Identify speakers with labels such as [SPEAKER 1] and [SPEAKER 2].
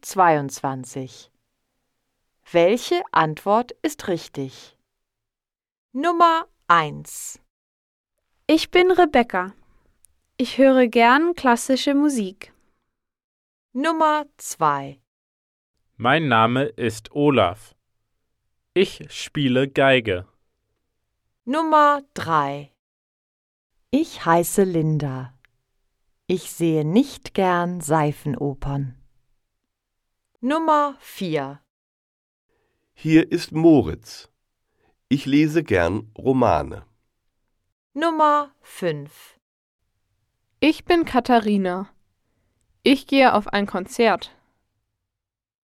[SPEAKER 1] 5.22 Welche Antwort ist richtig? Nummer 1
[SPEAKER 2] Ich bin Rebecca. Ich höre gern klassische Musik.
[SPEAKER 1] Nummer 2
[SPEAKER 3] Mein Name ist Olaf. Ich spiele Geige.
[SPEAKER 1] Nummer 3 Ich heiße Linda. Ich sehe nicht gern Seifenopern. Nummer 4
[SPEAKER 4] Hier ist Moritz. Ich lese gern Romane.
[SPEAKER 1] Nummer 5
[SPEAKER 5] Ich bin Katharina. Ich gehe auf ein Konzert.